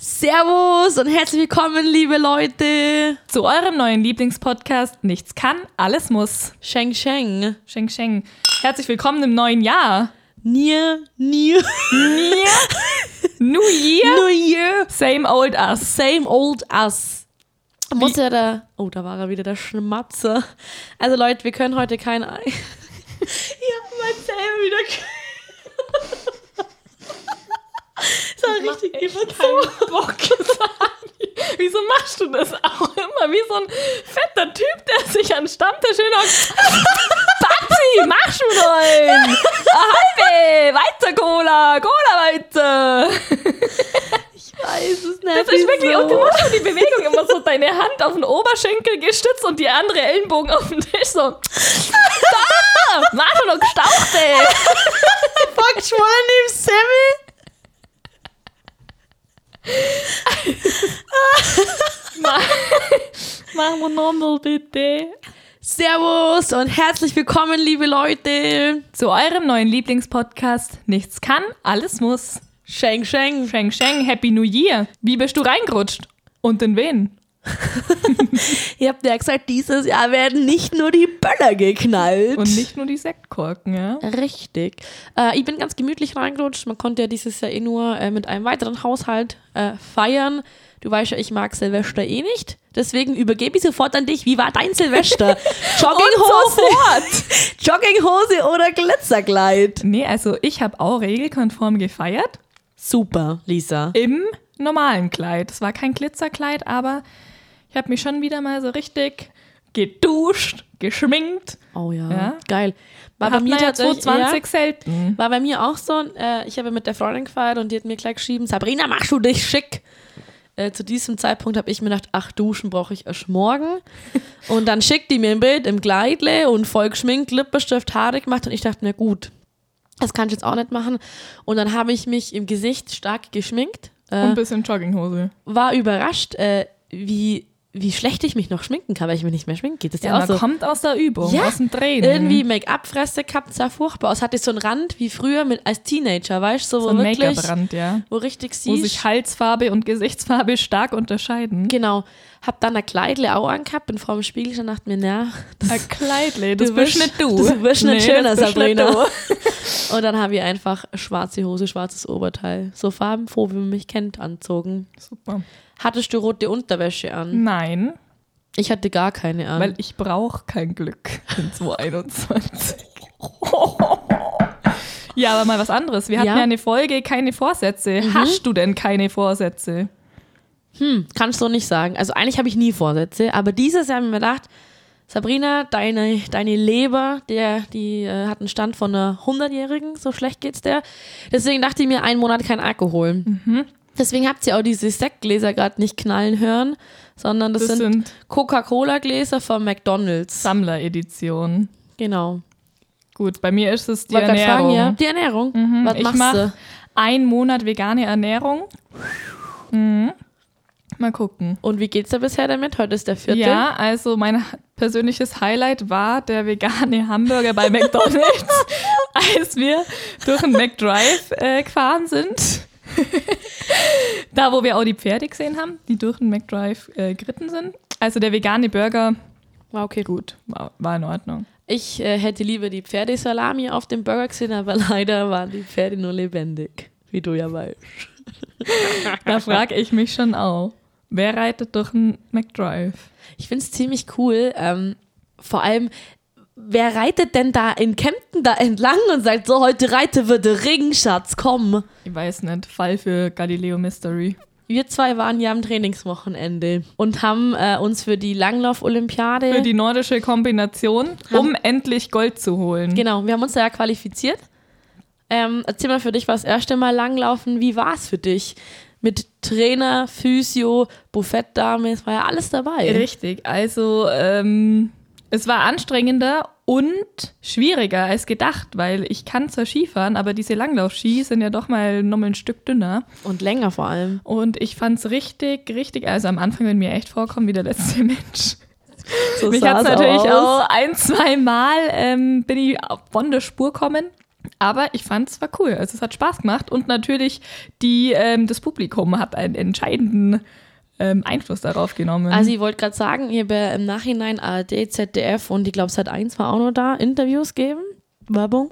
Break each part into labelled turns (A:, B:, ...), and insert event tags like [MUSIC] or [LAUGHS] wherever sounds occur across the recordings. A: Servus und herzlich willkommen, liebe Leute.
B: Zu eurem neuen Lieblingspodcast Nichts kann, alles muss.
A: Sheng Sheng.
B: Sheng Sheng. Herzlich willkommen im neuen Jahr.
A: Nier, [LAUGHS] nier,
B: New Year,
A: New Year.
B: same old us.
A: Same old us. Muss ja da. Oh, da war er wieder, der Schmatzer. Also, Leute, wir können heute kein [LAUGHS] Ei. ich hab mein Zähne wieder. [LAUGHS] ge- das war richtig überzogen.
B: Bock gesagt. Wieso machst du das auch immer? Wie so ein fetter Typ, der sich an den Stammtisch hinhockt. [LAUGHS] Babsi, mach schon rein. Halbe, weiter Cola, Cola weiter.
A: Ich weiß es nicht.
B: Das ist wirklich, und du
A: wieso.
B: machst schon die Bewegung immer so, deine Hand auf den Oberschenkel gestützt und die andere Ellenbogen auf den Tisch so. Da, mach schon noch gestauchte.
A: Fuck, schwoll an dem Semmel.
B: Mach, mach mal normal bitte.
A: Servus und herzlich willkommen, liebe Leute.
B: Zu eurem neuen Lieblingspodcast Nichts kann, alles muss.
A: Sheng Sheng.
B: Sheng Sheng, Happy New Year. Wie bist du reingerutscht? Und in wen?
A: Ihr habt ja gesagt, dieses Jahr werden nicht nur die Böller geknallt.
B: Und nicht nur die Sektkorken, ja?
A: Richtig. Äh, ich bin ganz gemütlich reingerutscht. Man konnte ja dieses Jahr eh nur äh, mit einem weiteren Haushalt äh, feiern. Du weißt ja, ich mag Silvester eh nicht. Deswegen übergebe ich sofort an dich. Wie war dein [LAUGHS] Silvester? Jogginghose, Jogginghose oder Glitzerkleid?
B: Nee, also ich habe auch regelkonform gefeiert.
A: Super, Lisa.
B: im normalen Kleid. Es war kein Glitzerkleid, aber ich habe mich schon wieder mal so richtig geduscht, geschminkt.
A: Oh ja,
B: Ja.
A: geil. War
B: Hat man ja
A: tatsächlich-
B: 2020 selten.
A: War bei mir auch so. Äh, ich habe mit der Freundin gefeiert und die hat mir gleich geschrieben, Sabrina, machst du dich schick? Äh, zu diesem Zeitpunkt habe ich mir gedacht, ach, duschen brauche ich erst
B: [LAUGHS]
A: morgen. Und dann schickt die mir ein Bild im Kleidle und voll geschminkt, Lippenstift, Haare gemacht und ich dachte mir, gut, das kann ich jetzt auch nicht machen. Und dann habe ich mich im Gesicht stark geschminkt,
B: Und ein
A: äh,
B: bisschen Jogginghose.
A: war überrascht, äh, wie, wie schlecht ich mich noch schminken kann, weil ich mir nicht mehr schminken geht. Das ist ja,
B: Ja, also
A: auch
B: man
A: so.
B: kommt aus der Übung,
A: Ja,
B: aus dem Training.
A: Irgendwie Make-up-Fresse gehabt, sah furchtbar aus. Hatte so einen Rand wie früher mit, als Teenager, weißt du, so,
B: so
A: wo
B: ein
A: wirklich,
B: Make-up-Rand, ja.
A: wo richtig siehst.
B: Wo sich Halsfarbe und Gesichtsfarbe stark unterscheiden.
A: genau. Hab dann ein Kleidle auch angehabt, bin vor dem Spiegel schon dachte mir, na, das,
B: Ein Äh, Kleidle, das bist nicht du.
A: Das bist
B: Nee,
A: nicht schöner,
B: das bist nicht
A: Sabrina.
B: du.
A: Und dann habe ich einfach schwarze Hose, schwarzes Oberteil. So farbenfroh, wie man mich kennt, anzogen.
B: Super.
A: Hattest du rote Unterwäsche an?
B: Nein,
A: Ich hatte gar keine an.
B: weil ich brauche kein Glück in 2021. Ja, aber mal was anderes. Wir hatten
A: Ja. Mhm.
B: ja, eine Folge, keine Vorsätze. Hast du denn keine Vorsätze?
A: Kannst du nicht sagen. Also eigentlich habe ich nie Vorsätze, aber dieses Jahr habe ich mir gedacht, Sabrina, deine, deine Leber, der, die äh, hat einen Stand von einer 100-Jährigen, so schlecht geht's der. Deswegen dachte ich mir, einen Monat kein Alkohol.
B: Mhm.
A: Deswegen habt ihr auch diese Sektgläser gerade nicht knallen hören, sondern das,
B: Das
A: sind,
B: sind
A: Coca-Cola-Gläser von McDonalds.
B: Sammlereditionen.
A: Genau.
B: Gut, bei mir ist es die
A: Wollte gerade
B: Ernährung. Mhm,
A: fragen, ja? Die Ernährung. Was
B: ich
A: machst du?
B: mache einen Monat vegane Ernährung. Mhm. Mal gucken.
A: Und wie geht's dir bisher damit? Heute ist der vierte.
B: Ja, also mein persönliches Highlight war der vegane Hamburger bei McDonald's, als wir durch den McDrive äh, gefahren sind. da, wo wir auch die Pferde gesehen haben, die durch den McDrive äh, geritten sind. Also der vegane Burger
A: War okay. Gut.
B: war, war in Ordnung.
A: Ich äh, hätte lieber die Pferdesalami auf dem Burger gesehen, aber [LAUGHS] leider waren die Pferde nur lebendig, wie du ja weißt.
B: Da frage ich mich schon auch, wer reitet durch einen McDrive?
A: Ich finde es ziemlich cool. Ähm, vor allem, wer reitet denn da in Kempten da entlang und sagt, so heute reite würde Ring, Schatz, komm.
B: Ich weiß nicht, Fall für Galileo Mystery.
A: Wir zwei waren ja am Trainingswochenende und haben äh, uns für die Langlauf-Olympiade.
B: Für die nordische Kombination, um endlich Gold zu holen.
A: Genau, wir haben uns da ja qualifiziert. Ähm, erzähl mal für dich, war das erste Mal langlaufen. Wie war es für dich? Mit Trainer, Physio, Buffettdame, es war ja alles dabei.
B: Richtig, also ähm, es war anstrengender und schwieriger als gedacht, weil ich kann zwar Skifahren, aber diese Langlaufski sind ja doch mal nochmal ein Stück dünner.
A: Und länger vor allem.
B: Und ich fand's richtig, richtig, also am Anfang bin mir echt vorkommen wie der letzte [LAUGHS] Mensch.
A: So
B: Mich
A: sah's
B: hat es natürlich
A: aus.
B: auch ein, zwei Mal ähm, bin ich von der Spur kommen. Aber ich fand es war cool. Also es hat Spaß gemacht und natürlich die, ähm, das Publikum hat einen entscheidenden ähm, Einfluss darauf genommen.
A: Also ich wollte gerade sagen, ich habe ja im Nachhinein ARD, ZDF und ich glaube Sat1 war auch noch da, Interviews geben. Werbung.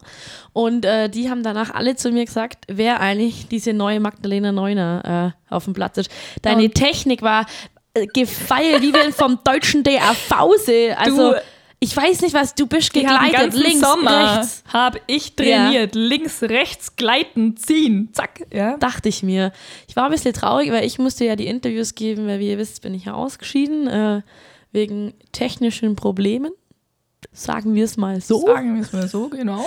A: Und äh, die haben danach alle zu mir gesagt, wer eigentlich diese neue Magdalena Neuner äh, auf dem Platz ist. Deine
B: Und-
A: Technik war äh, gefeilt, wie wenn vom deutschen DAV see. Also
B: Du-
A: ich weiß nicht was, du bist
B: Die haben den
A: gegleitet,
B: ganzen
A: links,
B: Sommer
A: rechts.
B: habe ich trainiert. Links, rechts, gleiten, ziehen, zack. Ja.
A: dachte ich mir. Ich war ein bisschen traurig, weil ich musste ja die Interviews geben, weil wie ihr wisst, bin ich ja ausgeschieden äh, wegen technischen Problemen. Sagen wir es mal so.
B: Sagen wir es mal so, genau.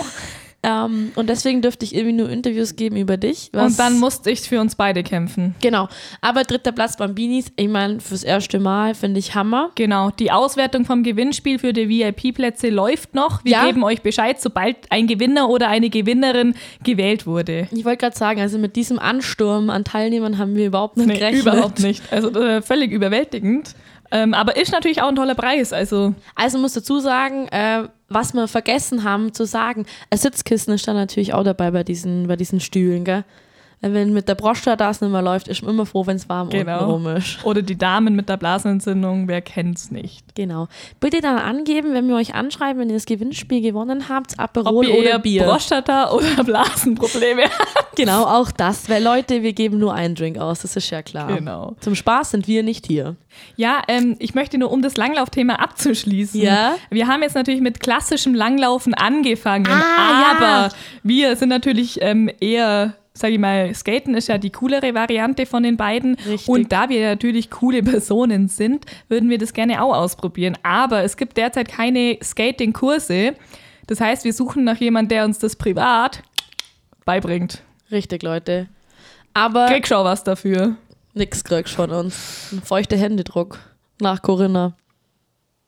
A: Ähm, und deswegen dürfte ich irgendwie nur Interviews geben über dich. was-
B: Und dann musste ich für uns beide kämpfen.
A: Genau. Aber dritter Platz Bambinis, ich meine, fürs erste Mal finde ich Hammer.
B: Genau, die Auswertung vom Gewinnspiel für die VIP-Plätze läuft noch. Wir
A: Ja.
B: geben euch Bescheid, sobald ein Gewinner oder eine Gewinnerin gewählt wurde.
A: Ich wollte gerade sagen, also mit diesem Ansturm an Teilnehmern haben wir überhaupt nicht
B: Nee,
A: gerechnet.
B: überhaupt nicht. Also äh, völlig überwältigend. Ähm, aber ist natürlich auch ein toller Preis. Also
A: Also muss dazu sagen, äh, was wir vergessen haben zu sagen, ein Sitzkissen ist da natürlich auch dabei bei diesen, bei diesen Stühlen, gell? Weil Wenn mit der Brosche da das nicht mehr läuft, ist man immer froh, wenn es warm
B: Genau.
A: unten rum ist.
B: Oder die Damen mit der Blasenentzündung, wer kennt's nicht?
A: Genau. Bitte dann angeben, wenn wir euch anschreiben, wenn ihr das Gewinnspiel gewonnen habt,
B: Ob
A: Aperol
B: ihr
A: oder
B: eher
A: Bier.
B: Prostata oder [LAUGHS] Blasenprobleme habt.
A: Genau, auch das. Weil Leute, wir geben nur einen Drink aus, das ist ja klar.
B: Genau.
A: Zum Spaß sind wir nicht hier.
B: Ja, ähm, ich möchte nur, um das Langlaufthema abzuschließen.
A: Ja?
B: Wir haben jetzt natürlich mit klassischem Langlaufen angefangen,
A: Ah,
B: aber
A: ja.
B: wir sind natürlich ähm, eher, sage ich mal, Skaten ist ja die coolere Variante von den beiden.
A: Richtig.
B: Und da wir natürlich coole Personen sind, würden wir das gerne auch ausprobieren. Aber es gibt derzeit keine Skating-Kurse. Das heißt, wir suchen nach jemandem, der uns das privat beibringt.
A: Richtig, Leute. Aber
B: Krieg schon was dafür.
A: nix kriegst von uns. Ein feuchter Händedruck nach Corinna.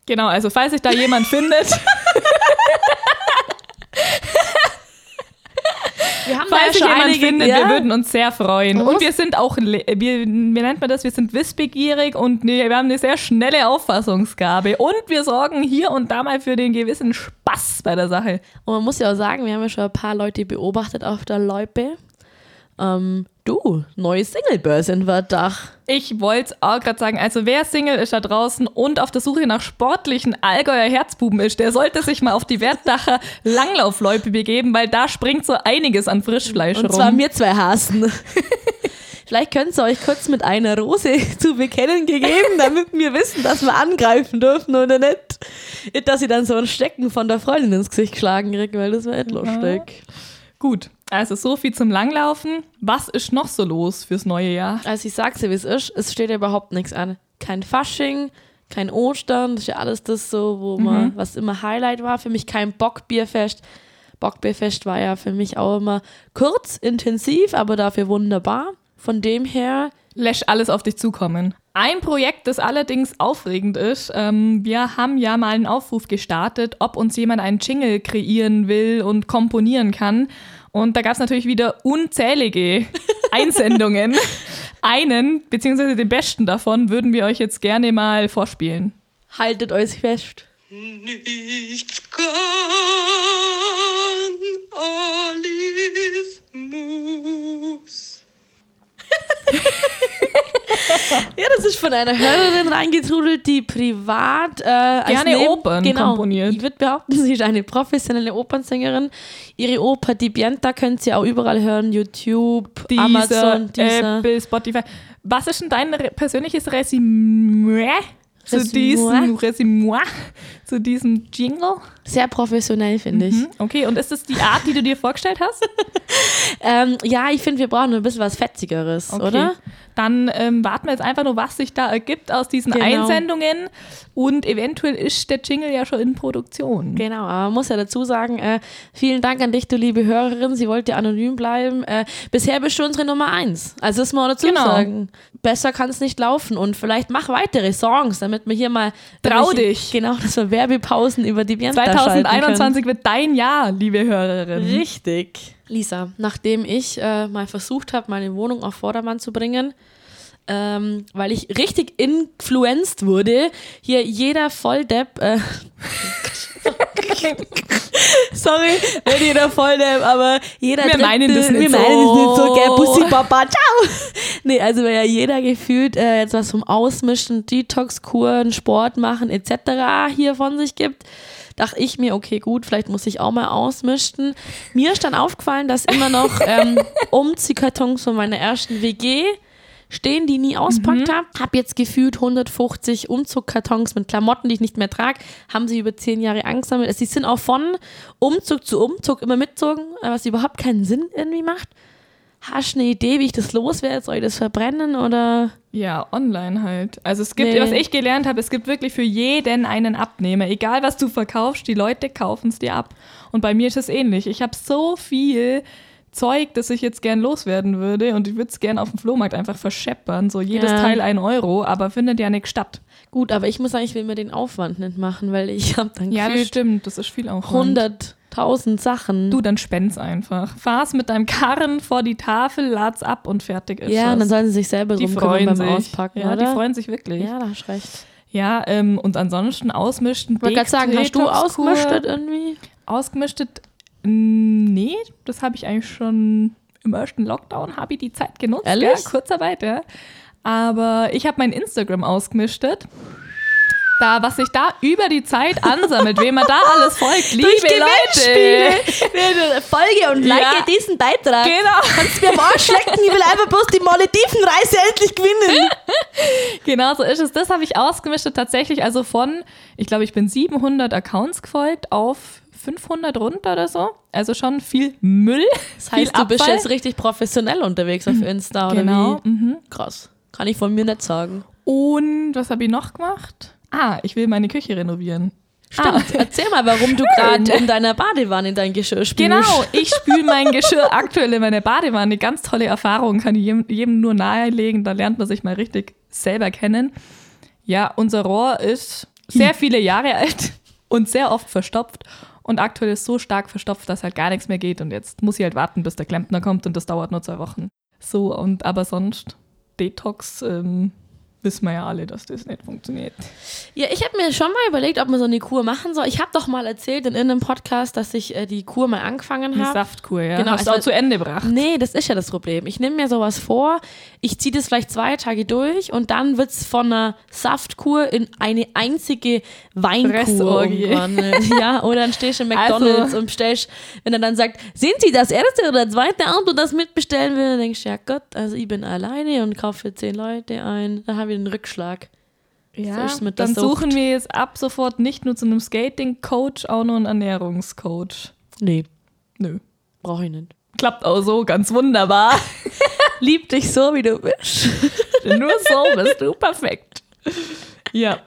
B: Genau, also falls sich da jemand [LAUGHS] findet,
A: Wir haben
B: falls sich jemand findet,
A: ja?
B: wir würden uns sehr freuen.
A: Man
B: Und
A: muss-
B: wir sind auch, le- wir, wie nennt man das? Wir sind wissbegierig und ne- wir haben eine sehr schnelle Auffassungsgabe. Und wir sorgen hier und da mal für den gewissen Spaß bei der Sache.
A: Und man muss ja auch sagen, wir haben ja schon ein paar Leute beobachtet auf der Loipe. Ähm, du, neue Singlebörse in Verdach.
B: Ich wollte auch gerade sagen, also wer Single ist da draußen und auf der Suche nach sportlichen Allgäuer Herzbuben ist, der sollte sich mal auf die Wertdacher Langlaufloipe begeben, weil da springt so einiges an Frischfleisch
A: Und
B: rum.
A: zwar mir zwei Hasen. [LAUGHS] Vielleicht könnt ihr euch kurz mit einer Rose [LAUGHS] zu bekennen gegeben, damit wir wissen, dass wir angreifen dürfen oder nicht. Nicht, dass sie dann so ein Stecken von der Freundin ins Gesicht geschlagen kriegen, weil das wäre nicht lustig.
B: Gut, also so viel zum Langlaufen. Was ist noch so los fürs neue Jahr?
A: Also ich sag's dir, wie es ist, es steht ja überhaupt nichts an. Kein Fasching, kein Ostern, das ist ja alles das so, wo
B: Mhm.
A: man, was immer Highlight war. Für mich kein Bockbierfest. Bockbierfest war ja für mich auch immer kurz, intensiv, aber dafür wunderbar. Von dem her,
B: lässt alles auf dich zukommen. Ein Projekt, das allerdings aufregend ist. Ähm, wir haben ja mal einen Aufruf gestartet, ob uns jemand einen Jingle kreieren will und komponieren kann. Und da gab es natürlich wieder
A: [LAUGHS]
B: unzählige Einsendungen. Einen, beziehungsweise den besten davon, würden wir euch jetzt gerne mal vorspielen.
A: haltet euch fest.
C: Nichts kann, alles muss.
A: Ja, das ist von einer Hörerin reingetrudelt, die privat äh, als
B: Gerne
A: Neben-
B: Opern komponiert.
A: Ich würde behaupten, sie ist eine professionelle Opernsängerin. Ihre Oper Die Bienta könnt ihr auch überall hören, YouTube,
B: Dieser,
A: Amazon, dieser.
B: Apple, Spotify. Was ist denn dein re- persönliches Resümee zu
A: Resümee?
B: diesem Resümee, zu diesem Jingle?
A: Sehr professionell, finde ich.
B: Hm, [LAUGHS] Okay, und ist das die Art, die du dir vorgestellt
A: [LAUGHS]
B: hast?
A: Ähm, ja, ich finde, wir brauchen ein bisschen was Fetzigeres,
B: Mhm. Okay.
A: oder?
B: Dann ähm, warten wir jetzt einfach nur, was sich da ergibt aus diesen
A: Genau.
B: Einsendungen. Und eventuell ist der Jingle ja schon in Produktion.
A: Genau, aber man muss ja dazu sagen, äh, vielen Dank an dich, du liebe Hörerin. Sie wollte anonym bleiben. Äh, bisher bist du unsere Nummer eins. Also das muss man auch dazu
B: Genau.
A: sagen. Besser kann es nicht laufen und vielleicht mach weitere Songs, damit wir hier mal...
B: Trau
A: damit ich-
B: dich.
A: Genau, dass wir Werbepausen über die Bianca schalten können.
B: 2021 wird dein Jahr, liebe Hörerin.
A: Richtig. Lisa, nachdem ich äh, mal versucht habe, meine Wohnung auf Vordermann zu bringen, ähm, weil ich richtig influenced wurde, hier jeder Volldepp, äh, [LAUGHS] Sorry, wenn jeder voll nimmt, aber jeder
B: Wir
A: Dritte-
B: meinen das nicht
A: wir meinen das nicht so,
B: so.
A: gell, Bussi Papa, ciao. Nee, also weil ja jeder gefühlt äh, jetzt was vom Ausmischen, Detox-Kuren, Sport machen etc. hier von sich gibt, dachte ich mir, okay, gut, vielleicht muss ich auch mal ausmischen. Mir ist dann aufgefallen, dass immer noch
B: [LAUGHS]
A: ähm, Umziehkartons von meiner ersten WG stehen, die ich nie auspackt
B: Mhm.
A: habe. Hab jetzt gefühlt 150 Umzugkartons mit Klamotten, die ich nicht mehr trage. Haben sie über zehn Jahre angesammelt. Also, sie sind auch von Umzug zu Umzug immer mitzogen, was überhaupt keinen Sinn irgendwie macht. Hast du eine Idee, wie ich das loswerde? Soll ich das verbrennen oder?
B: Ja, online halt. Also es gibt,
A: Nee.
B: was ich gelernt habe, es gibt wirklich für jeden einen Abnehmer. Egal was du verkaufst, die Leute kaufen es dir ab. Und bei mir ist es ähnlich. Ich habe so viel Zeug, das ich jetzt gern loswerden würde und ich würde es gern auf dem Flohmarkt einfach verscheppern. So jedes
A: Ja.
B: Teil ein Euro, aber findet ja nichts statt.
A: Gut, aber ich muss sagen, ich will mir den Aufwand nicht machen, weil ich habe dann
B: Ja, das
A: gefühlt
B: stimmt. Das ist viel Aufwand.
A: 100.000 Sachen.
B: Du, dann spend's einfach. Fahr's mit deinem Karren vor die Tafel, lad's ab und fertig ist
A: ja,
B: es.
A: und dann sollen sie sich selber
B: die
A: drum
B: freuen
A: kümmern beim
B: sich.
A: Auspacken,
B: ja,
A: oder?
B: die freuen sich wirklich.
A: ja, da hast du recht.
B: Ja, ähm, und ansonsten ausmischen.
A: Ich wollte gerade sagen, hast du
B: Detox-Kur.
A: ausgemischt irgendwie?
B: Ausgemischtet? mm, Nee, das habe ich eigentlich schon im ersten Lockdown, habe ich die Zeit genutzt.
A: Ehrlich?
B: Ja, Kurzarbeit, ja. Aber ich habe mein Instagram ausgemischtet. Da, was sich da über die Zeit ansammelt, wem man da alles
A: [LAUGHS]
B: folgt, liebe Leute.
A: Folge und
B: like
A: ja. diesen Beitrag.
B: [LAUGHS] Genau.
A: Kannst mir am Arsch lecken, ich will einfach bloß die Maledivenreise endlich
B: [LAUGHS]
A: gewinnen.
B: Genau so ist es. Das habe ich ausgemischt tatsächlich. Also von, ich glaube, ich bin 700 Accounts gefolgt auf 500 runter oder so. Also schon viel Müll. [LAUGHS]
A: Das heißt,
B: viel
A: du bist
B: Abfall.
A: jetzt richtig professionell unterwegs auf Insta
B: Genau.
A: oder wie? Krass. Kann ich von mir nicht sagen.
B: Und was habe ich noch gemacht? Ah, ich will meine Küche renovieren. Ah,
A: Stimmt. Erzähl mal, warum du gerade in deiner Badewanne in dein Geschirr spülst.
B: Genau, ich spüle
A: [LAUGHS]
B: mein Geschirr aktuell in meine Badewanne. Ganz tolle Erfahrung, kann ich jedem, jedem nur nahelegen. Da lernt man sich mal richtig selber kennen. Ja, unser Rohr ist
A: [LAUGHS]
B: sehr viele Jahre alt und sehr oft verstopft. Und aktuell ist so stark verstopft, dass halt gar nichts mehr geht. Und jetzt muss ich halt warten, bis der Klempner kommt und das dauert nur zwei Wochen. So, und aber sonst, Detox, ähm, wissen wir ja alle, dass das nicht funktioniert.
A: Ja, ich habe mir schon mal überlegt, ob man so eine Kur machen soll. Ich habe doch mal erzählt in irgendeinem Podcast, dass ich äh, die Kur mal angefangen
B: Eine
A: habe.
B: Saftkur, ja.
A: Genau,
B: Hast du
A: also-
B: auch zu Ende gebracht.
A: Nee, das ist ja das Problem. Ich nehme mir sowas vor, ich ziehe das vielleicht zwei Tage durch und dann wird es von einer Saftkur in eine einzige Weinkur [LAUGHS]
B: Fressorgie.
A: umgewandelt. Ja, oder dann stehst du in McDonalds
B: Also-
A: und bestellst, wenn er dann sagt, sind Sie das erste oder zweite Auto, das mitbestellen will, dann denkst du, ja Gott, also ich bin alleine und kaufe für zehn Leute ein, dann habe ich einen Rückschlag.
B: Ja,
A: ist mit der
B: dann
A: Sucht.
B: suchen wir jetzt ab sofort nicht nur zu einem Skating-Coach, auch noch einen Ernährungscoach.
A: Nee,
B: Nö.
A: brauche ich nicht.
B: Klappt auch so ganz wunderbar.
A: [LAUGHS] Lieb dich so, wie du bist.
B: [LAUGHS] nur so bist du perfekt. Ja.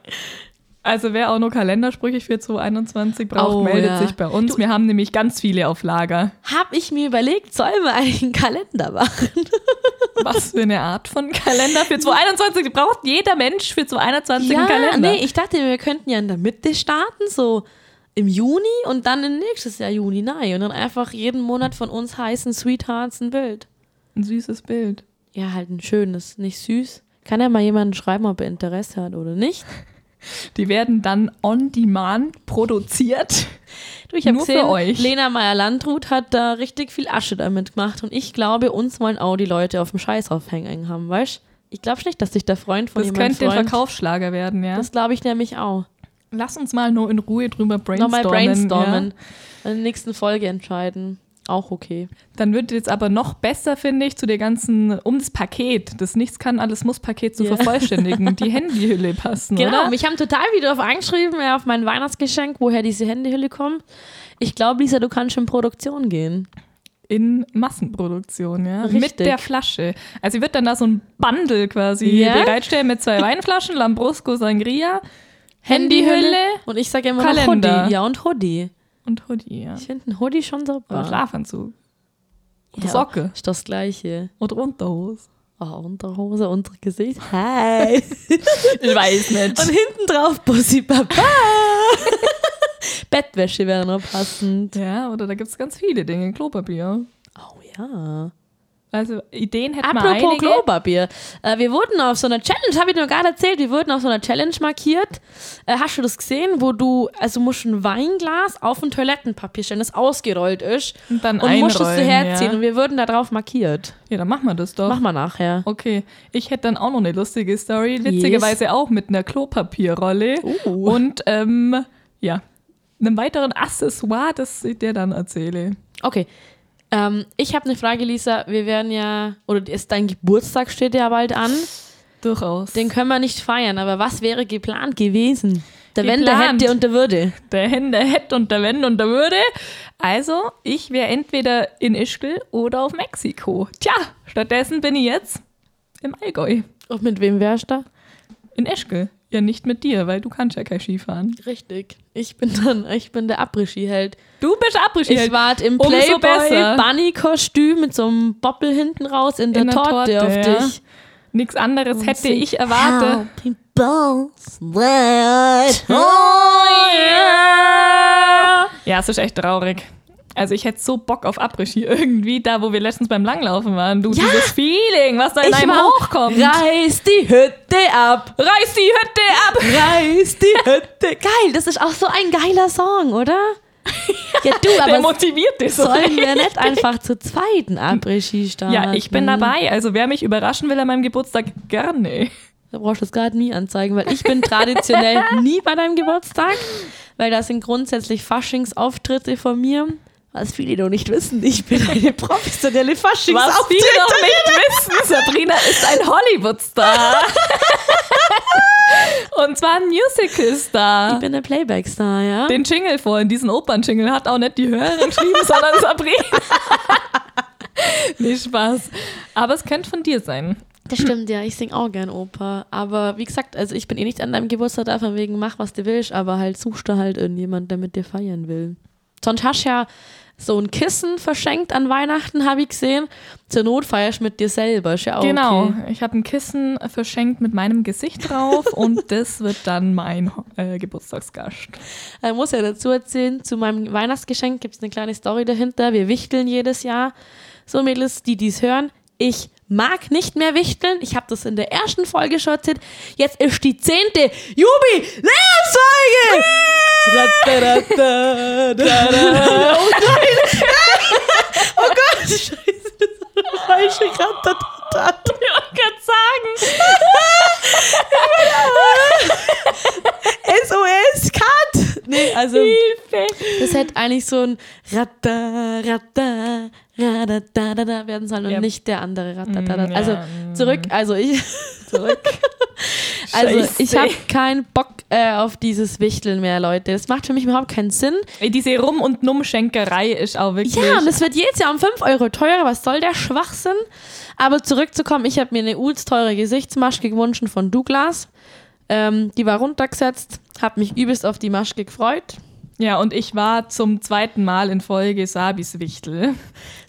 B: Also wer auch nur Kalendersprüche für 2021 braucht,
A: Oh,
B: meldet
A: ja.
B: sich bei uns. wir haben nämlich ganz viele auf Lager.
A: Habe ich mir überlegt, soll man einen Kalender machen?
B: Was für eine Art von Kalender
A: [LAUGHS]
B: für 2021 braucht jeder Mensch für 2021 einen Kalender.
A: nee, ich dachte, wir könnten ja in der Mitte starten, so im Juni und dann in nächstes Jahr Juni, nein. Und dann einfach jeden Monat von uns heißen Sweethearts ein Bild.
B: Ein süßes Bild.
A: Ja, halt ein schönes, nicht süß. Kann ja mal jemanden schreiben, ob er Interesse hat oder nicht.
B: Die werden dann on demand produziert.
A: Du, ich habe
B: Nur für
A: gesehen,
B: euch.
A: Lena Meyer-Landrut hat da richtig viel Asche damit gemacht und ich glaube, uns wollen auch die Leute auf dem Scheißhaufen hängen haben, weißt Ich glaube nicht, dass sich der Freund von
B: Das
A: jemandem
B: könnte ein
A: Freund,
B: Verkaufsschlager werden, ja.
A: Das glaube ich nämlich auch.
B: Lass uns mal nur in Ruhe drüber brainstormen.
A: Nochmal brainstormen.
B: Ja.
A: In der nächsten Folge entscheiden. Auch okay.
B: Dann wird jetzt aber noch besser, finde ich, zu der ganzen, um das Paket, das Nichts kann, alles muss Paket zu
A: Ja. [LAUGHS]
B: vervollständigen, die Handyhülle passen,
A: Genau,
B: oder?
A: mich haben total wieder darauf angeschrieben, ja, auf mein Weihnachtsgeschenk, woher diese Handyhülle kommt. Ich glaube, Lisa, du kannst schon in Produktion gehen.
B: In Massenproduktion, ja.
A: Richtig.
B: Mit der Flasche. Also wird dann da so ein Bundle quasi
A: Ja.
B: bereitstellen mit zwei Weinflaschen, Lambrusco Sangria Handyhülle?
A: Und ich sage immer
B: Kalender.
A: noch Hoodie. Ja, und Hoodie.
B: und Hoodie, ja.
A: Ich finde einen Hoodie schon so
B: Oder Schlafanzug. Oder
A: Ja,
B: Socke.
A: Ist das Gleiche.
B: Oder Unterhose.
A: Oh, Unterhose, unser Gesicht. Hi.
B: Ich
A: [LAUGHS]
B: weiß
A: und
B: nicht.
A: hinten drauf Bussi
B: [LAUGHS]
A: Baba. Bettwäsche wäre noch passend.
B: Ja, oder da gibt es ganz viele Dinge. Klopapier.
A: Oh ja.
B: Also Ideen hätten wir
A: Apropos
B: einige.
A: Klopapier. Äh, wir wurden auf so einer Challenge, habe ich dir noch gar nicht erzählt, wir wurden auf so einer Challenge markiert. Äh, hast du das gesehen, wo du, also musst du ein Weinglas auf ein Toilettenpapier stellen, das ausgerollt ist.
B: Und dann
A: und musst es so
B: einrollen,
A: herziehen.
B: ja.
A: Und wir wurden da drauf markiert.
B: Ja, dann machen wir das doch.
A: Mach mal nachher.
B: Okay, ich hätte dann auch noch eine lustige Story. Witzigerweise auch mit einer Klopapierrolle.
A: Uh.
B: Und ähm, ja, einem weiteren Accessoire, das ich dir dann erzähle.
A: Okay. Ähm, ich habe eine Frage, Lisa. Wir werden ja, oder ist dein Geburtstag steht ja bald an.
B: Durchaus.
A: Den können wir nicht feiern, aber was wäre geplant gewesen? Der Wenn, der
B: Geplant.
A: hätte und der würde.
B: der Hen, der Het und der Wenn und der Würde. Also, ich wäre entweder in Ischgl oder auf Mexiko. Tja, stattdessen bin ich jetzt im Allgäu.
A: Und mit wem wärst du da?
B: In Ischgl. Ja, nicht mit dir, weil du kannst ja kein Skifahren.
A: Richtig. Ich bin dann, ich bin der Abrischi-Held.
B: Du bist abgeschieden.
A: Ich war im
B: umso besser.
A: Playboy-Bunny-Kostüm mit so einem Boppel hinten raus in der,
B: In der
A: Torte,
B: Torte,
A: auf
B: ja.
A: dich.
B: Nichts
A: um
B: anderes hätte ich erwartet.
A: [LAUGHS] Oh,
B: Ja, es ist echt traurig. Also ich hätte so Bock auf Abriss hier irgendwie, da wo wir letztens beim Langlaufen waren. Du, dieses Feeling, was da in einem hochkommt.
A: Reiß die Hütte ab!
B: Reiß die Hütte ab!
A: Reiß [LAUGHS] die Hütte! Geil, das ist auch so ein geiler Song, oder? Ja, du,
B: Der
A: aber
B: motiviert dich so.
A: sollen wir nicht einfach zur zweiten Abrischi starten?
B: Ja, ich bin dabei. Also wer mich überraschen will an meinem Geburtstag, gerne.
A: Da brauchst du es gerade nie anzeigen, weil ich bin [LAUGHS] traditionell nie bei deinem Geburtstag, weil das sind grundsätzlich Faschingsauftritte von mir. Was viele noch nicht wissen, ich bin eine professionelle
B: Was viele
A: Faschingsauftritt.
B: noch nicht wissen, Sabrina ist ein Hollywood-Star.
A: [LAUGHS]
B: Und zwar ein
A: Ich
B: Musical-Star.
A: bin der Playback-Star, ja.
B: Den Jingle vorhin, diesen Opern-Jingle, hat auch nicht die Hörerin geschrieben,
A: [LAUGHS]
B: sondern Sabrina. [LAUGHS] nee, Spaß. Aber es könnte von dir sein.
A: Das stimmt, ja. Ich singe auch gern Oper. Aber wie gesagt, also ich bin eh nicht an deinem Geburtstag da, von wegen mach, was du willst, aber halt suchst du halt irgendjemand, der mit dir feiern will. Sonst hast du ja so ein Kissen verschenkt an Weihnachten, habe ich gesehen. Zur Not feierst du mit dir selber, ist ja auch
B: Genau.
A: okay.
B: Ich habe ein Kissen verschenkt mit meinem
A: [LAUGHS]
B: Gesicht drauf und das wird dann mein äh, Geburtstagsgast.
A: Ich muss ja dazu erzählen, zu meinem Weihnachtsgeschenk gibt es eine kleine Story dahinter. Wir wichteln jedes Jahr. So Mädels, die dies hören, ich mag nicht mehr wichteln. Ich habe das in der ersten Folge schon erzählt. Jetzt ist die zehnte Jubiläumsfolge! Ratarata, da. Oh nein! [LAUGHS] Oh Gott! Scheiße, [LAUGHS] das war eine falsche Ratatata.
B: Ich kann sagen.
A: SOS, Cut! Nee, also...
B: Hilfe.
A: Das hätte eigentlich so ein Ratta, Ratta, Radadadada werden sollen und
B: Ja.
A: nicht der andere Ratta.
B: Mm, ja,
A: Also zurück, also [LAUGHS] ich,
B: Zurück.
A: also ich
B: Scheiße.
A: habe keinen Bock äh, auf dieses Wichteln mehr, Leute. Das macht für mich überhaupt keinen Sinn.
B: Ey, Diese Rum- und Numm-Schenkerei ist auch wirklich.
A: Ja, und es wird jedes Jahr um 5 Euro teurer. Was soll der Schwachsinn? Aber zurückzukommen, ich habe mir eine ulz teure Gesichtsmaske gewünscht von Douglas. Ähm, die war runtergesetzt, habe mich übelst auf die Maske gefreut.
B: ja, und ich war zum zweiten Mal in Folge Sabis Wichtel.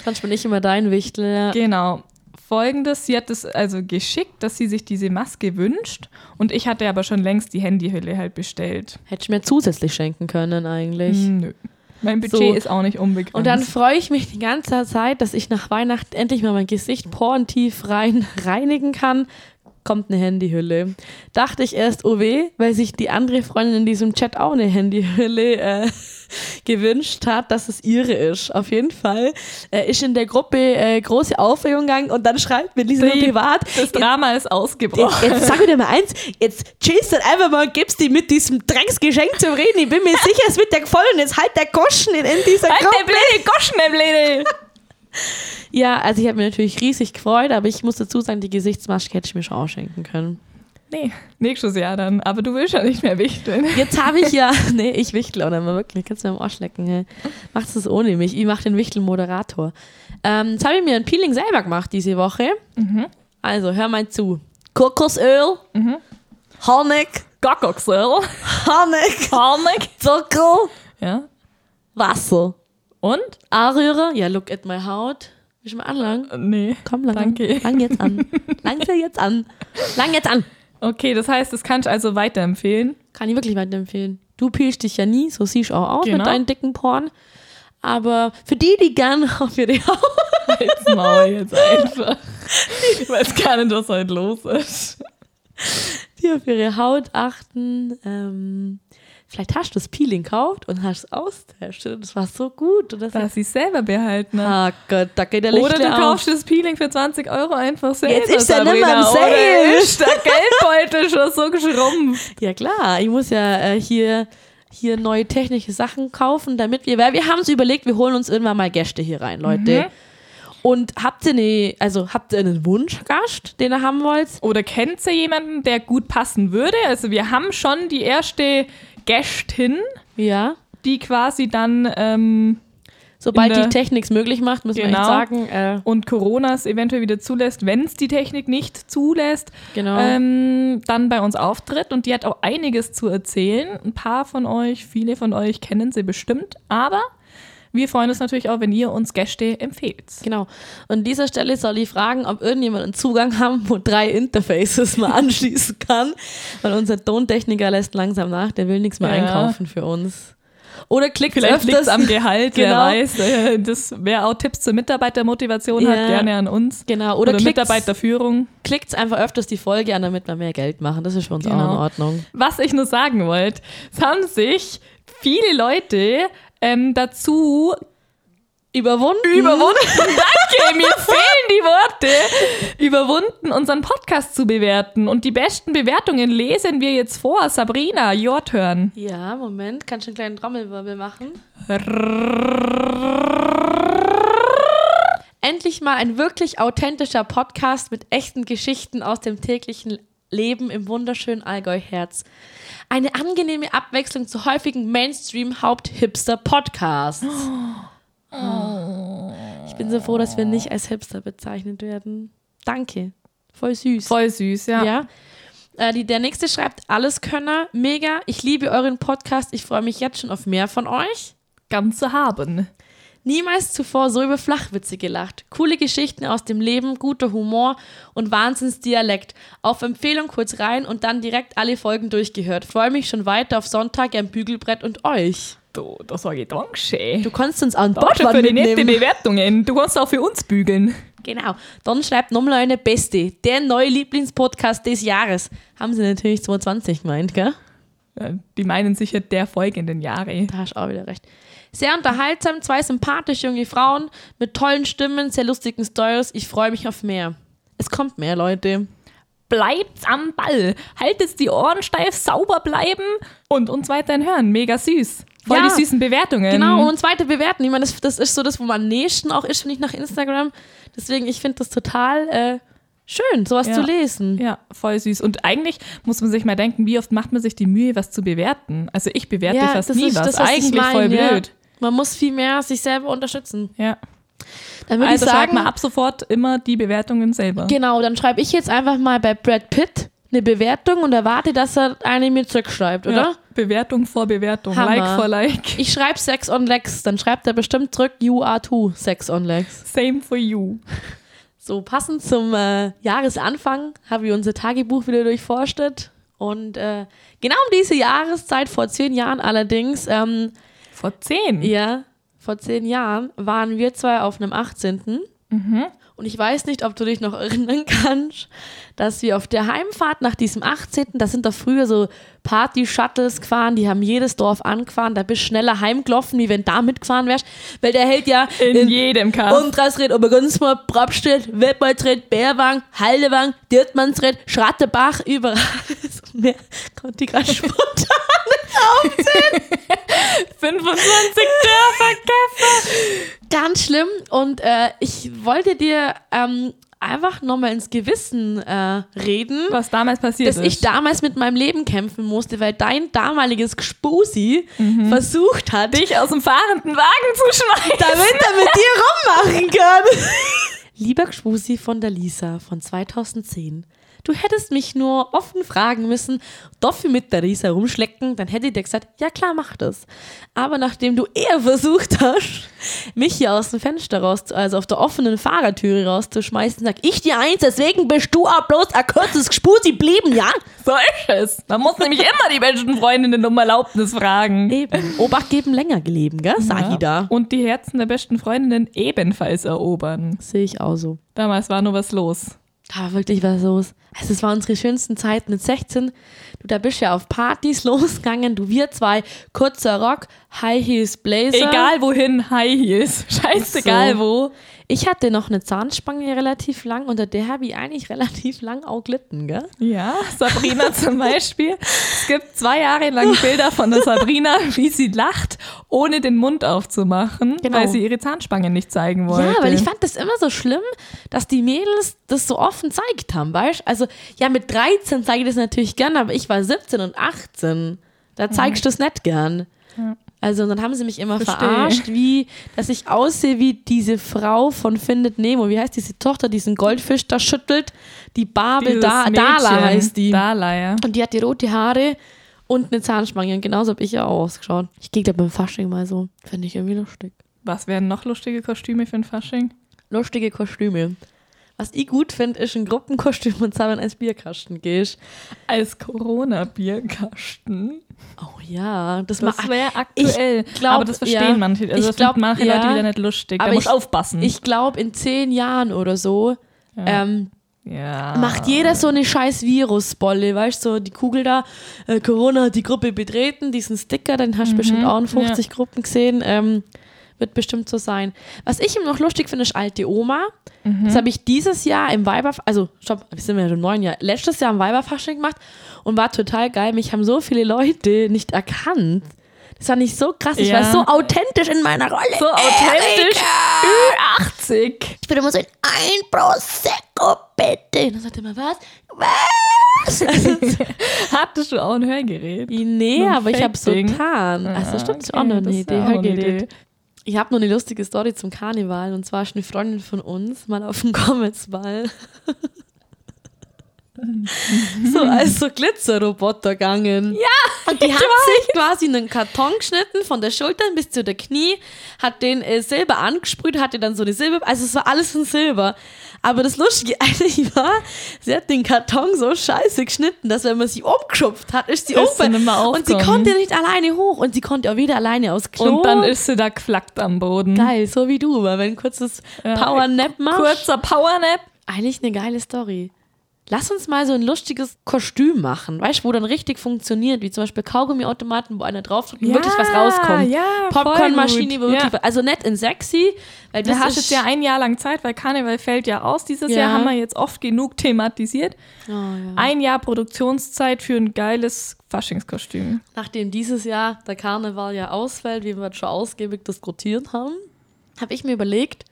A: Sonst bin ich immer dein Wichtel.
B: Genau. Folgendes, sie hat es also geschickt, dass sie sich diese Maske wünscht und ich hatte aber schon längst die Handyhülle halt bestellt. Hm,
A: Hätte ich mir zusätzlich schenken können eigentlich.
B: Nö. Mein Budget
A: So.
B: Mhm. ist auch nicht unbegrenzt.
A: Und dann freue ich mich die ganze Zeit, dass ich nach Weihnachten endlich mal mein Gesicht porentief rein [LAUGHS] reinigen kann. Kommt eine Handyhülle. Dachte ich erst, oh weh, weil sich die andere Freundin in diesem Chat auch eine Handyhülle äh, [LAUGHS] gewünscht hat, dass es ihre ist. Auf jeden Fall äh, ist in der Gruppe äh, große Aufregung gegangen und dann schreibt mir Lisa nur
B: Die-
A: privat.
B: das Drama ist
A: Jetzt,
B: ausgebrochen.
A: jetzt sag mir doch mal eins, jetzt chillst dann einfach mal und gibst die mit diesem Drecksgeschenk zum Reden. Ich bin mir sicher, es wird der voll und jetzt halt der Goschen in, in dieser
B: Halt
A: Gruppe.
B: der blöde Goschen, der blöde!
A: Ja, also ich habe mich natürlich riesig gefreut, aber ich muss dazu sagen, die Gesichtsmaske hätte ich mir schon ausschenken können.
B: Nee, nächstes Jahr dann. Aber du willst ja nicht mehr wichteln.
A: Jetzt habe ich [LAUGHS] ja, nee, ich wichtel auch nicht mehr wirklich, kannst du mir am Arsch lecken. Hey. Machst es ohne mich, ich mache den Wichtel-Moderator. Ähm, jetzt habe ich mir ein Peeling selber gemacht diese Woche. Also, hör mal zu. Kokosöl, Honig,
B: Gockoxel.
A: Honig,
B: Harnik.
A: Zucker,
B: Ja.
A: Wasser.
B: Und?
A: Anrühren, ja, look at my haut. Willst du mal anlangen?
B: Nee.
A: Komm, lang,
B: Danke.
A: lang jetzt an. Lang sie jetzt an. Lang jetzt an.
B: Okay, das heißt, das kannst du also weiterempfehlen.
A: Kann ich wirklich weiterempfehlen. Du peelst dich ja nie, so siehst du auch aus
B: Genau.
A: mit deinen dicken Poren. Aber für die, die gern [LAUGHS] auf ihre Haut
B: Halt's Maul jetzt einfach. Ich weiß gar nicht, was heute los ist.
A: die auf ihre Haut achten. Ähm, vielleicht hast du das Peeling gekauft und hast es austauscht. Und Das war so gut. Und das
B: Dass sie selber behalten.
A: ah Gott, da geht der Licht
B: Oder du kaufst das Peeling für 20 Euro einfach selber.
A: Jetzt ist der nimmer im
B: Sabrina. Oder
A: Sale.
B: ist der Geldbeutel [LAUGHS] schon so geschrumpft.
A: Ja klar, ich muss ja äh, hier, hier neue technische Sachen kaufen, damit wir, weil wir haben es überlegt, wir holen uns irgendwann mal Gäste hier rein, Leute.
B: Mhm.
A: Und habt ihr ne, also habt ihr einen Wunschgast, den ihr haben wollt?
B: Oder kennt ihr jemanden, der gut passen würde? Also wir haben schon die erste Gästin,
A: Ja.
B: die quasi dann ähm,
A: Sobald
B: In der-
A: die Technik es möglich macht, müssen wir
B: Genau.
A: echt sagen. Äh,
B: und Corona es eventuell wieder zulässt, wenn es die Technik nicht zulässt,
A: genau.
B: ähm, dann bei uns auftritt. Und die hat auch einiges zu erzählen. Ein paar von euch, viele von euch kennen sie bestimmt. Aber wir freuen uns natürlich auch, wenn ihr uns Gäste empfehlt.
A: Genau. Und an dieser Stelle soll ich fragen, ob irgendjemand einen Zugang haben, wo drei Interfaces man [LAUGHS] anschließen kann. Weil unser Tontechniker lässt langsam nach, der will nichts mehr
B: Ja.
A: einkaufen für uns. Oder klickt
B: Vielleicht liegt
A: öfters
B: es am Gehalt,
A: [LAUGHS]
B: wer
A: Genau.
B: weiß. Äh, Das, wer auch Tipps zur Mitarbeitermotivation
A: Ja.
B: hat, gerne an uns.
A: Genau, oder, klickt's-
B: Mitarbeiterführung.
A: klickt's einfach öfters die Folge an, damit wir mehr Geld machen. Das ist für uns auch
B: Genau.
A: in Ordnung.
B: Was ich nur sagen wollte, es haben sich viele Leute ähm, dazu
A: Überwunden.
B: überwunden, [LAUGHS] danke, mir fehlen die Worte, überwunden, unseren Podcast zu bewerten. Und die besten Bewertungen lesen wir jetzt vor. Sabrina, your turn.
A: Ja, Moment, kannst du einen kleinen Trommelwirbel machen? Endlich mal ein wirklich authentischer Podcast mit echten Geschichten aus dem täglichen Leben im wunderschönen Allgäu-Herz. Eine angenehme Abwechslung zu häufigen Mainstream-Haupt-Hipster-Podcasts. Ich bin so froh, dass wir nicht als Hipster bezeichnet werden. Danke. Voll süß.
B: Voll süß, ja.
A: Ja. Äh, die, der nächste schreibt, Alleskönner, mega, ich liebe euren Podcast, ich freue mich jetzt schon auf mehr von euch.
B: Ganz zu haben.
A: Niemals zuvor so über Flachwitze gelacht. Coole Geschichten aus dem Leben, guter Humor und Wahnsinnsdialekt. Auf Empfehlung kurz rein und dann direkt alle Folgen durchgehört. Freue mich schon weiter auf Sonntag am Bügelbrett und euch.
B: Du, das sage ich Dankeschön.
A: Du kannst uns an Bord
B: Danke für die nette
A: mitnehmen.
B: Bewertungen. Du kannst auch für uns bügeln.
A: Genau. Dann schreibt nochmal eine Beste. Der neue Lieblingspodcast des Jahres. Haben sie natürlich 22 gemeint, gell?
B: Ja, Äh, Die meinen sicher der folgenden Jahre.
A: Da hast du auch wieder recht. Sehr unterhaltsam, zwei sympathische junge Frauen mit tollen Stimmen, sehr lustigen Stories. Ich freue mich auf mehr. Es kommt mehr,
B: Ähm.
A: Leute.
B: Bleibt am Ball. Haltet die Ohren steif, sauber bleiben und uns weiterhin hören. Mega süß. Voll
A: Ja.
B: die süßen Bewertungen.
A: Genau, und zweite bewerten. Ich meine, das, das ist so das, wo man am nächsten auch ist, finde ich, nach Instagram. Deswegen, ich finde das total äh, schön, sowas
B: Ja.
A: zu lesen.
B: Ja, voll süß. Und eigentlich muss man sich mal denken, wie oft macht man sich die Mühe, was zu bewerten? Also ich bewerte fast nie was.
A: was ich
B: eigentlich voll
A: meine, ja.
B: blöd.
A: Man muss viel mehr sich selber unterstützen.
B: Ja.
A: Dann würde
B: Also
A: ich
B: schreibt
A: sagen,
B: mal ab sofort immer die Bewertungen selber.
A: genau, dann schreibe ich jetzt einfach mal bei Brad Pitt eine Bewertung und erwarte, dass er eine mir zurückschreibt, oder?
B: Ja. Bewertung vor Bewertung.
A: Hammer.
B: Like vor Like.
A: Ich schreibe Sex on Legs, dann schreibt er bestimmt zurück, you are too, Sex on Legs.
B: Same for you.
A: So, passend zum äh, Jahresanfang haben wir unser Tagebuch wieder durchforstet. Und äh, genau um diese Jahreszeit, vor zehn Jahren allerdings, ähm,
B: Vor zehn.
A: ja, vor zehn Jahren waren wir zwei auf einem 18. Und ich weiß nicht, ob du dich noch erinnern [LAUGHS] kannst, dass wir auf der Heimfahrt nach diesem 18., das sind doch früher so Party-Shuttles gefahren, die haben jedes Dorf angefahren, da bist du schneller heimgelaufen, wie wenn da mitgefahren wärst, weil der hält ja
B: In, jedem Kampf.
A: Umkreisred, Obergunsmar, Brabstedt, Wettbeutred, Bärwang, Haldewang, Dirtmannsred, Schrattebach, überall. [LAUGHS] So mehr konnte ich gerade spontan.
B: 25
A: [LAUGHS]
B: Dörfer
A: Ganz schlimm. Und äh, ich wollte dir ähm, einfach nochmal ins Gewissen äh, reden.
B: Was damals passiert
A: dass
B: ist.
A: ich damals mit meinem Leben kämpfen musste, weil dein damaliges Gspusi versucht hat,
B: dich aus dem fahrenden Wagen zu schmeißen.
A: damit er mit dir rummachen kann. Lieber Gspusi von der Lisa von 2010. Du hättest mich nur offen fragen müssen, dafür mit der Lisa rumschlecken, dann hätte ich dir gesagt, ja klar, mach das. Aber nachdem du eher versucht hast, mich hier aus dem Fenster raus, also auf der offenen Fahrertüre rauszuschmeißen, sag ich dir eins, deswegen bist du auch bloß ein kurzes Gspusi blieben, ja?
B: [LAUGHS] So ist es. Man muss nämlich immer die besten Freundinnen um Erlaubnis fragen.
A: Eben. Obacht geben länger geleben, gell? Sag ich da.
B: Und die Herzen der besten Freundinnen ebenfalls erobern.
A: Sehe ich auch so.
B: Damals war nur was los.
A: Da war wirklich was los. Also es war unsere schönsten Zeit mit 16. Du, da bist ja auf Partys [LAUGHS] losgegangen. Du, wir zwei, kurzer Rock, High Heels, Blazer.
B: Egal wohin, High Heels. [LAUGHS] Scheißegal
A: So.
B: wo.
A: Ich hatte noch eine Zahnspange relativ lang, unter der habe ich eigentlich [LAUGHS] relativ lang auch glitten, gell?
B: Ja,
A: [LAUGHS]
B: Sabrina zum Beispiel. Es gibt zwei Jahre lang Bilder von der Sabrina, [LAUGHS] wie sie lacht, ohne den Mund aufzumachen,
A: Genau.
B: weil sie ihre Zahnspange nicht zeigen wollte.
A: Ja, weil ich fand das immer so schlimm, dass die Mädels das so offen zeigt haben, weißt Also, ja, mit 13 zeige ich das natürlich gern, aber ich war 17 und 18. Da zeigst du das nicht gern. Also, und dann haben sie mich immer
B: Versteh.
A: verarscht, wie, dass ich aussehe wie diese Frau von Findet Nemo. Wie heißt diese Tochter, die diesen Goldfisch da schüttelt? Die Babel,
B: Dieses
A: da, Dala
B: Mädchen.
A: heißt die.
B: Dala, ja.
A: Und die hatte rote Haare und eine Zahnspange. Und genauso habe ich ja auch ausgeschaut. Ich gehe da beim Fasching mal so. Finde ich irgendwie lustig.
B: Was wären noch lustige Kostüme für ein Fasching?
A: Lustige Kostüme. Was ich gut finde, ist ein Gruppenkostüm und zusammen ins Bierkasten gehst.
B: Als Corona-Bierkasten.
A: Oh ja, das, ma-
B: Das wäre aktuell.
A: glaub,
B: aber das verstehen
A: ja.
B: manche. Also
A: Ich
B: das
A: glaub,
B: finden manche
A: ja.
B: Leute wieder nicht lustig.
A: Aber
B: da musst
A: ich-
B: du aufpassen.
A: Ich glaube, in zehn Jahren oder so ähm,
B: ja.
A: macht jeder so eine scheiß Virusbolle, weißt du, so die Kugel da, äh, Corona hat die Gruppe betreten, diesen Sticker, den hast du bestimmt auch in 50 Gruppen gesehen, ähm, wird bestimmt so sein. Was ich immer noch lustig finde, ist alte Oma. Das habe ich dieses Jahr im Weiber, also stopp, wir sind ja schon im neuen Jahr, letztes Jahr im Weiberfasching gemacht und war total geil. Mich haben so viele Leute nicht erkannt. Das war nicht so krass, ich
B: Ja.
A: war so authentisch in meiner Rolle.
B: so authentisch. Ü80.
A: Ich bin immer so ein Prosecco, bitte. Und dann sagt er immer, was?
B: [LAUGHS] Hattest du auch ein Hörgerät?
A: Nee,
B: Nur ein
A: aber ich habe so
B: Fake-Ding. Ah,
A: getan. also stimmt, ist auch noch eine
B: das ist
A: Idee.
B: auch eine
A: Hörgerät.
B: Idee.
A: Ich habe noch eine lustige Story zum Karneval und zwar ist eine Freundin von uns mal auf dem [LAUGHS] Comets-Ball. so als so Glitzerroboter gegangen. Ja! Und die hat sich quasi einen Karton geschnitten von der Schulter bis zu der Knie, hat den äh, Silber angesprüht, hatte dann so eine Silber, also es war alles in Silber. Aber das Lustige [LAUGHS] eigentlich war, sie hat den Karton so scheiße geschnitten, dass wenn man sie umgeschupft hat, ist sie
B: Ist sie
A: oben.
B: nicht mehr
A: Und sie
B: aufgekommen.
A: konnte nicht alleine hoch und sie konnte auch wieder alleine aufs Klo.
B: Und dann ist sie da geflackt am Boden.
A: Geil, so wie du, weil wenn ein kurzes
B: Ja. äh,
A: Power-Nap machst.
B: Kurzer Powernap.
A: Eigentlich eine geile Story. Lass uns mal so ein lustiges Kostüm machen, weißt du, wo dann richtig funktioniert, wie zum Beispiel Kaugummiautomaten, wo einer draufdrückt und
B: Ja,
A: wirklich was rauskommt.
B: ja, voll
A: Popcornmaschine, wo
B: gut.
A: wirklich,
B: Ja.
A: also nicht in sexy, weil
B: Du
A: das
B: hast
A: ist
B: jetzt ja ein Jahr lang Zeit, weil Karneval fällt ja aus. Dieses
A: Ja.
B: Jahr haben wir jetzt oft genug thematisiert.
A: Oh, ja.
B: Ein Jahr Produktionszeit für ein geiles Faschingskostüm.
A: nachdem dieses Jahr der Karneval ja ausfällt, wie wir schon ausgiebig diskutiert haben, habe ich mir überlegt,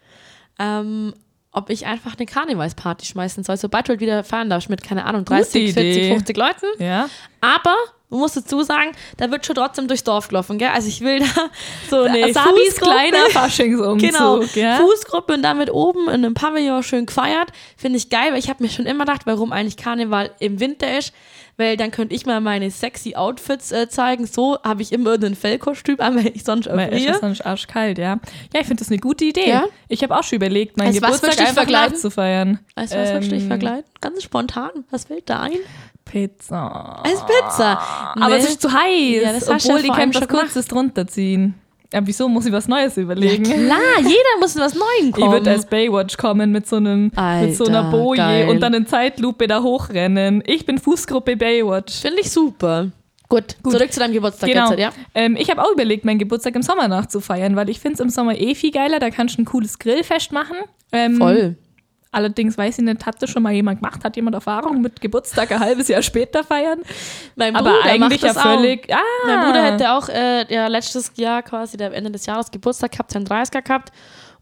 A: ähm, ob ich einfach eine Karnevalsparty schmeißen soll, sobald du halt wieder fahren darfst mit, keine Ahnung, 30,
B: Gute Idee.
A: 40, 50 Leuten.
B: Ja.
A: Aber, man muss dazu sagen, da wird schon trotzdem durchs Dorf gelaufen, gell? Also ich will da so [LAUGHS] eine
B: Sabis
A: Oh Fußgruppe-
B: kleiner Faschingsumzug.
A: Genau,
B: Ja.
A: Fußgruppe und damit oben in einem Pavillon schön gefeiert. Finde ich geil, weil ich habe mir schon immer gedacht, warum eigentlich Karneval im Winter ist. Weil dann könnte ich mal meine sexy Outfits äh, zeigen. So habe ich immer irgendein Fellkostüm an, weil ich sonst
B: Weil es
A: erfriere.
B: ist sonst arschkalt, ja. Ja, ich finde das eine gute Idee.
A: Ja?
B: Ich habe auch schon überlegt, meinen
A: Als was würdest
B: Geburtstag
A: du dich
B: einfach
A: verkleiden?
B: live zu feiern.
A: Weißt du, was ähm, ich
B: Ähm,
A: verkleiden? Ganz spontan. Was fällt da ein?
B: Pizza.
A: Als Pizza.
B: Aber es
A: Nee.
B: ist zu heiß.
A: Ja, das hast du ja
B: obwohl, ich
A: vor allem
B: könnte was
A: schon gemacht.
B: Kurzes drunter ziehen. Aber wieso muss ich was Neues überlegen?
A: Klar, jeder muss in was Neues
B: ich
A: kommen.
B: würde als Baywatch kommen mit so, einem, mit so einer
A: Alter,
B: Boje
A: geil.
B: und dann in Zeitlupe da hochrennen. Ich bin Fußgruppe Baywatch.
A: Finde ich super. Gut,
B: Gut.
A: zurück zu deinem Geburtstag
B: Genau.
A: jetzt, halt, ja?
B: Ähm, ich habe auch überlegt, meinen Geburtstag im Sommer nachzufeiern, weil ich finde es im Sommer eh viel geiler. Da kannst du ein cooles Grillfest machen. Ähm,
A: Voll.
B: Allerdings weiß ich nicht, hat das schon mal jemand gemacht? Hat jemand Erfahrung mit Geburtstag ein halbes Jahr später feiern?
A: Mein
B: Aber
A: Bruder macht
B: eigentlich ja
A: das
B: völlig. Ah,
A: Auch. Mein Bruder hätte auch äh, ja, letztes Jahr quasi, der am Ende des Jahres Geburtstag gehabt, seinen 30er gehabt.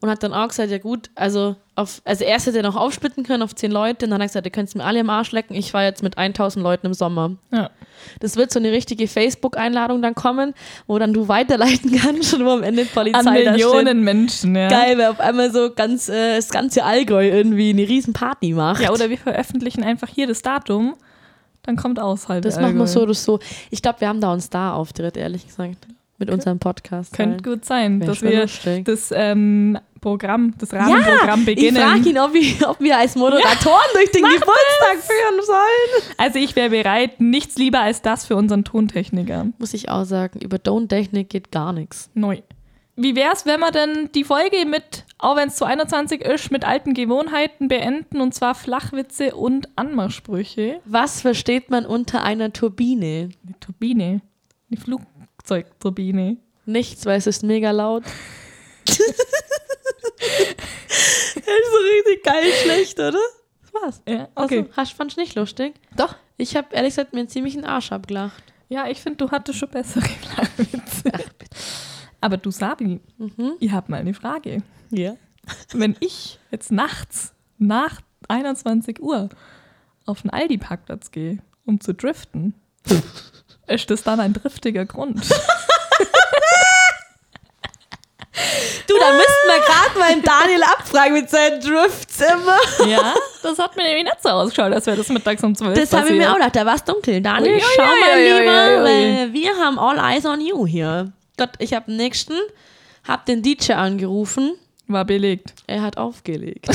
A: und hat dann auch gesagt, ja gut, also, auf, also erst hätte er noch aufsplitten können auf zehn Leute und dann hat er gesagt, ihr könnt es mir alle im Arsch lecken, ich war jetzt mit 1000 Leuten im Sommer.
B: Ja.
A: Das wird so eine richtige Facebook-Einladung dann kommen, wo dann du weiterleiten [LAUGHS] kannst und wo am Ende die Polizei
B: An
A: da steht.
B: Millionen ne? Menschen, ja.
A: Geil, weil auf einmal so ganz äh, das ganze Allgäu irgendwie eine riesen Party macht.
B: Ja, oder wir veröffentlichen einfach hier das Datum, dann kommt aus halt.
A: das
B: der
A: machen wir so
B: Allgäu.
A: oder so. Ich glaube, wir haben da einen Star-Auftritt, ehrlich gesagt, mit unserem Podcast.
B: Könnte gut sein,
A: Wär
B: dass
A: schon
B: wir
A: lustig.
B: das ähm, Programm, das
A: ja,
B: Rahmenprogramm
A: ich
B: beginnen.
A: frage ihn, ob wir, ob wir als Moderatoren durch den
B: mach
A: Geburtstag führen sollen.
B: Also ich wäre bereit, nichts lieber als das für unseren Tontechniker.
A: Muss ich auch sagen, über Don't-Technik geht gar nichts.
B: Neu. Wie wär's, wenn wir denn die Folge mit, auch wenn es zu 21 ist, mit alten Gewohnheiten beenden und zwar Flachwitze und Anmachsprüche?
A: Was versteht man unter einer Turbine?
B: Eine Turbine. Eine Flugzeugturbine.
A: Nichts, weil es ist mega laut. [LAUGHS] das ist so richtig geil schlecht, oder? Das war's.
B: Ja,
A: Okay.
B: Äh, okay.
A: Also, hast fand's nicht lustig?
B: Doch.
A: Ich habe ehrlich gesagt mir einen ziemlichen Arsch abgelacht.
B: Ja, ich finde, du hattest schon bessere [LAUGHS] Flachwitze. Aber du, Sabi,
A: Mhm.
B: ich habe mal eine Frage.
A: Ja.
B: Wenn ich jetzt nachts nach 21 Uhr auf den Aldi-Parkplatz gehe, um zu driften, ist das dann ein driftiger Grund?
A: Du, da müssten wir gerade mal einen Daniel abfragen mit seinen Drifts immer.
B: [LAUGHS] Ja, das hat mir nämlich nicht so ausgeschaut, als wäre das mittags um 12
A: Das habe ich mir auch gedacht, da war es dunkel. Daniel,
B: Ui, ui,
A: schau
B: ui,
A: mal
B: ui, ui,
A: lieber,
B: ui.
A: weil wir haben all eyes on you hier. Gott, ich habe den nächsten, hab den DJ angerufen,
B: War belegt.
A: er hat aufgelegt.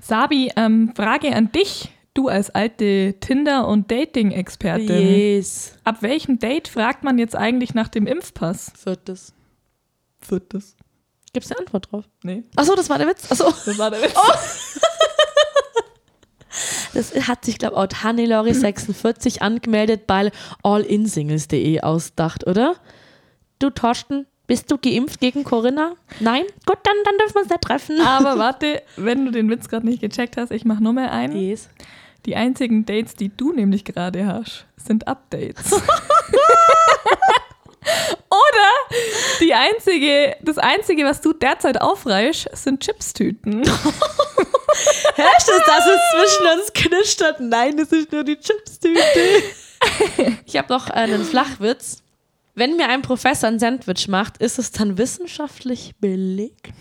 B: Sabi, ähm, Frage an dich. Du als alte Tinder- und Dating-Expertin.
A: yes,
B: Ab welchem Date fragt man jetzt eigentlich nach dem Impfpass?
A: viertes.
B: Viertes.
A: Gibt's eine Antwort drauf?
B: Nee, Oh.
A: Achso, das war der Witz. Achso,
B: das war [LAUGHS] der Witz.
A: das hat sich, glaube ich, Hannelore46 angemeldet bei allinsingles.de ausdacht, oder? Du, Torsten, bist du geimpft gegen Corinna? Nein? Gut, dann, dann dürfen wir uns nicht treffen.
B: Aber warte, wenn du den Witz gerade nicht gecheckt hast, ich mache nochmal einen.
A: Yes.
B: Die einzigen Dates, die du nämlich gerade hast, sind [LAUGHS] Updates. Oder die einzige, das einzige, was du derzeit aufreißt, sind Chipstüten.
A: Herrscht es, dass es zwischen uns knistert? Nein, das ist nur die Chipstüte. [LAUGHS] ich habe noch äh, einen Flachwitz. Wenn mir ein Professor ein Sandwich macht, ist es dann wissenschaftlich [LAUGHS] belegt?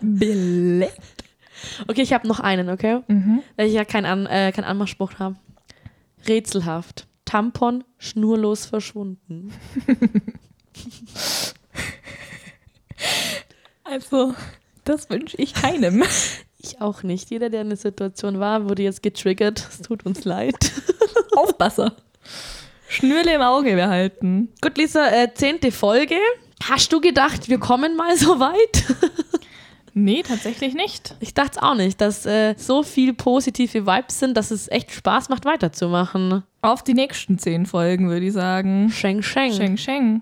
B: Belegt.
A: Okay, ich habe noch einen, okay? Weil ich ja keinen An äh, kein Anmachspruch habe. Rätselhaft. Tampon schnurlos verschwunden.
B: Also, das wünsche ich [LAUGHS] keinem.
A: Ich auch nicht. Jeder, der in einer Situation war, wurde jetzt getriggert. Es tut uns leid.
B: Aufpasser. Schnürle im Auge behalten.
A: Gut, Lisa, äh, zehnte Folge. Hast du gedacht, wir kommen mal so weit? [LAUGHS]
B: Nee, tatsächlich nicht.
A: Ich dachte auch nicht, dass äh, so viel positive Vibes sind, dass es echt Spaß macht, weiterzumachen.
B: Auf die nächsten zehn Folgen, würde ich sagen.
A: Scheng, scheng.
B: Scheng, scheng.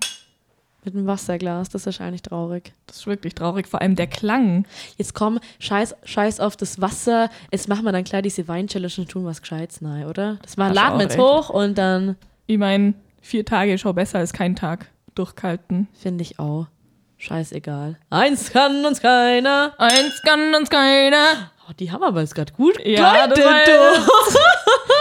A: Mit dem Wasserglas, das ist wahrscheinlich traurig.
B: Das ist wirklich traurig, vor allem der Klang.
A: Jetzt komm, scheiß, scheiß auf das Wasser. Jetzt machen wir dann klar diese Wein-Challenge und tun was Gescheites nahe, oder? Das war,
B: Hast
A: laden
B: auch
A: wir jetzt
B: recht.
A: hoch und dann
B: Ich meine, vier Tage schau besser als kein Tag durchkalten.
A: finde ich auch. Scheißegal. Eins kann uns keiner.
B: Eins kann uns keiner.
A: Oh, die haben aber jetzt gerade gut
B: Ja,
A: geleitet,
B: das war-
A: du.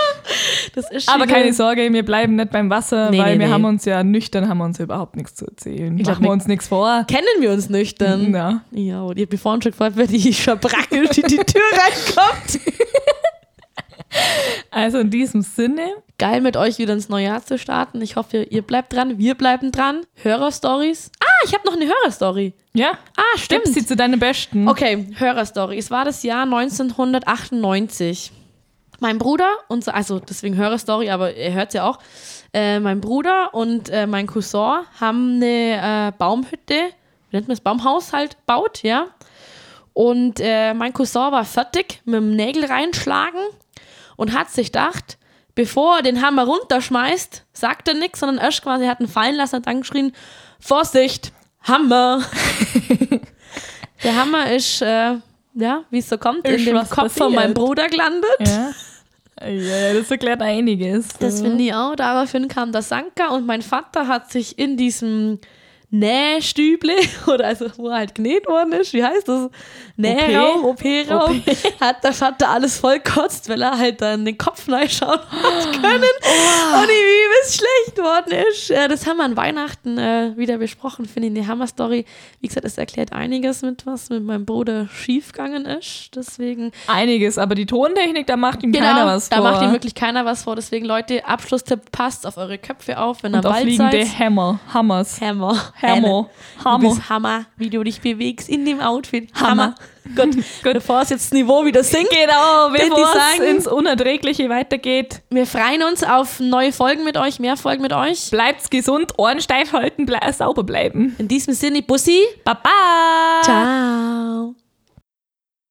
A: [LAUGHS] das ist
B: Aber
A: schon-
B: keine Sorge, wir bleiben nicht beim Wasser,
A: Nee,
B: weil
A: nee,
B: wir
A: nee.
B: haben uns ja nüchtern haben wir uns ja überhaupt nichts zu erzählen.
A: Ich glaub,
B: Machen wir
A: wir-
B: uns nichts vor.
A: Kennen wir uns nüchtern?
B: Ja.
A: Ja, und ihr habt mir vorhin schon gefragt, wer die [LAUGHS] Schabracke durch die Tür reinkommt.
B: [LAUGHS] Also in diesem Sinne,
A: Geil, mit euch wieder ins neue Jahr zu starten. Ich hoffe, ihr, ihr bleibt dran, wir bleiben dran. Hörerstories. Ah, ich habe noch eine Hörerstory.
B: ja,
A: Ah,
B: gib sie zu deinem Besten.
A: Okay, Hörerstory. Es war das Jahr 1998. Mein Bruder und so, also deswegen Hörerstory, aber ihr hört ja auch. Äh, mein Bruder und äh, mein Cousin haben eine äh, Baumhütte, wie nennt man das Baumhaus halt, baut, ja. Und äh, mein Cousin war fertig mit dem Nägel reinschlagen und hat sich gedacht, bevor er den Hammer runterschmeißt, sagt er nichts, sondern erst quasi hat ihn fallen lassen und dann geschrien: Vorsicht, Hammer! Der Hammer ist, äh, ja, wie es so kommt,
B: Ist
A: in dem
B: was
A: Kopf von meinem
B: passiert.
A: Bruder gelandet.
B: Ja. Ja, ja, das erklärt einiges.
A: Das finde ich auch. Daraufhin kam der Sanka und mein Vater hat sich in diesem Nähstüble, [LAUGHS] oder also wo er halt genäht worden ist, wie heißt das? Nähraum, OP-Raum, hat der Vater alles vollkotzt, weil er halt dann den Kopf neu schauen hat können. Und wie es schlecht worden ist. Äh, Das haben wir an Weihnachten äh, wieder besprochen, finde ich eine Hammer-Story. Wie gesagt, es erklärt einiges mit, was mit meinem Bruder schiefgegangen ist. Deswegen
B: einiges, aber die Tontechnik, da macht ihm keiner was
A: Genau, da
B: vor.
A: macht ihm wirklich keiner was vor. Deswegen, Leute, Abschlusstipp, passt auf eure Köpfe auf, wenn ihr
B: Und auf
A: bald
B: liegende
A: seid.
B: Hammer, Hammers.
A: Hammer.
B: Hammer.
A: Hammer. Du
B: Hammer.
A: bist Hammer, wie du dich bewegst in dem Outfit.
B: Hammer. [LAUGHS]
A: Gut, bevor es jetzt das Niveau wieder sinkt.
B: Genau,
A: Denn die
B: bevor
A: sagen-
B: es ins Unerträgliche weitergeht,
A: Wir freuen uns auf neue Folgen mit euch, mehr Folgen mit euch.
B: bleibt's gesund, Ohren steif halten, ble sauber bleiben.
A: In diesem Sinne, Bussi.
B: Baba!
A: Ciao.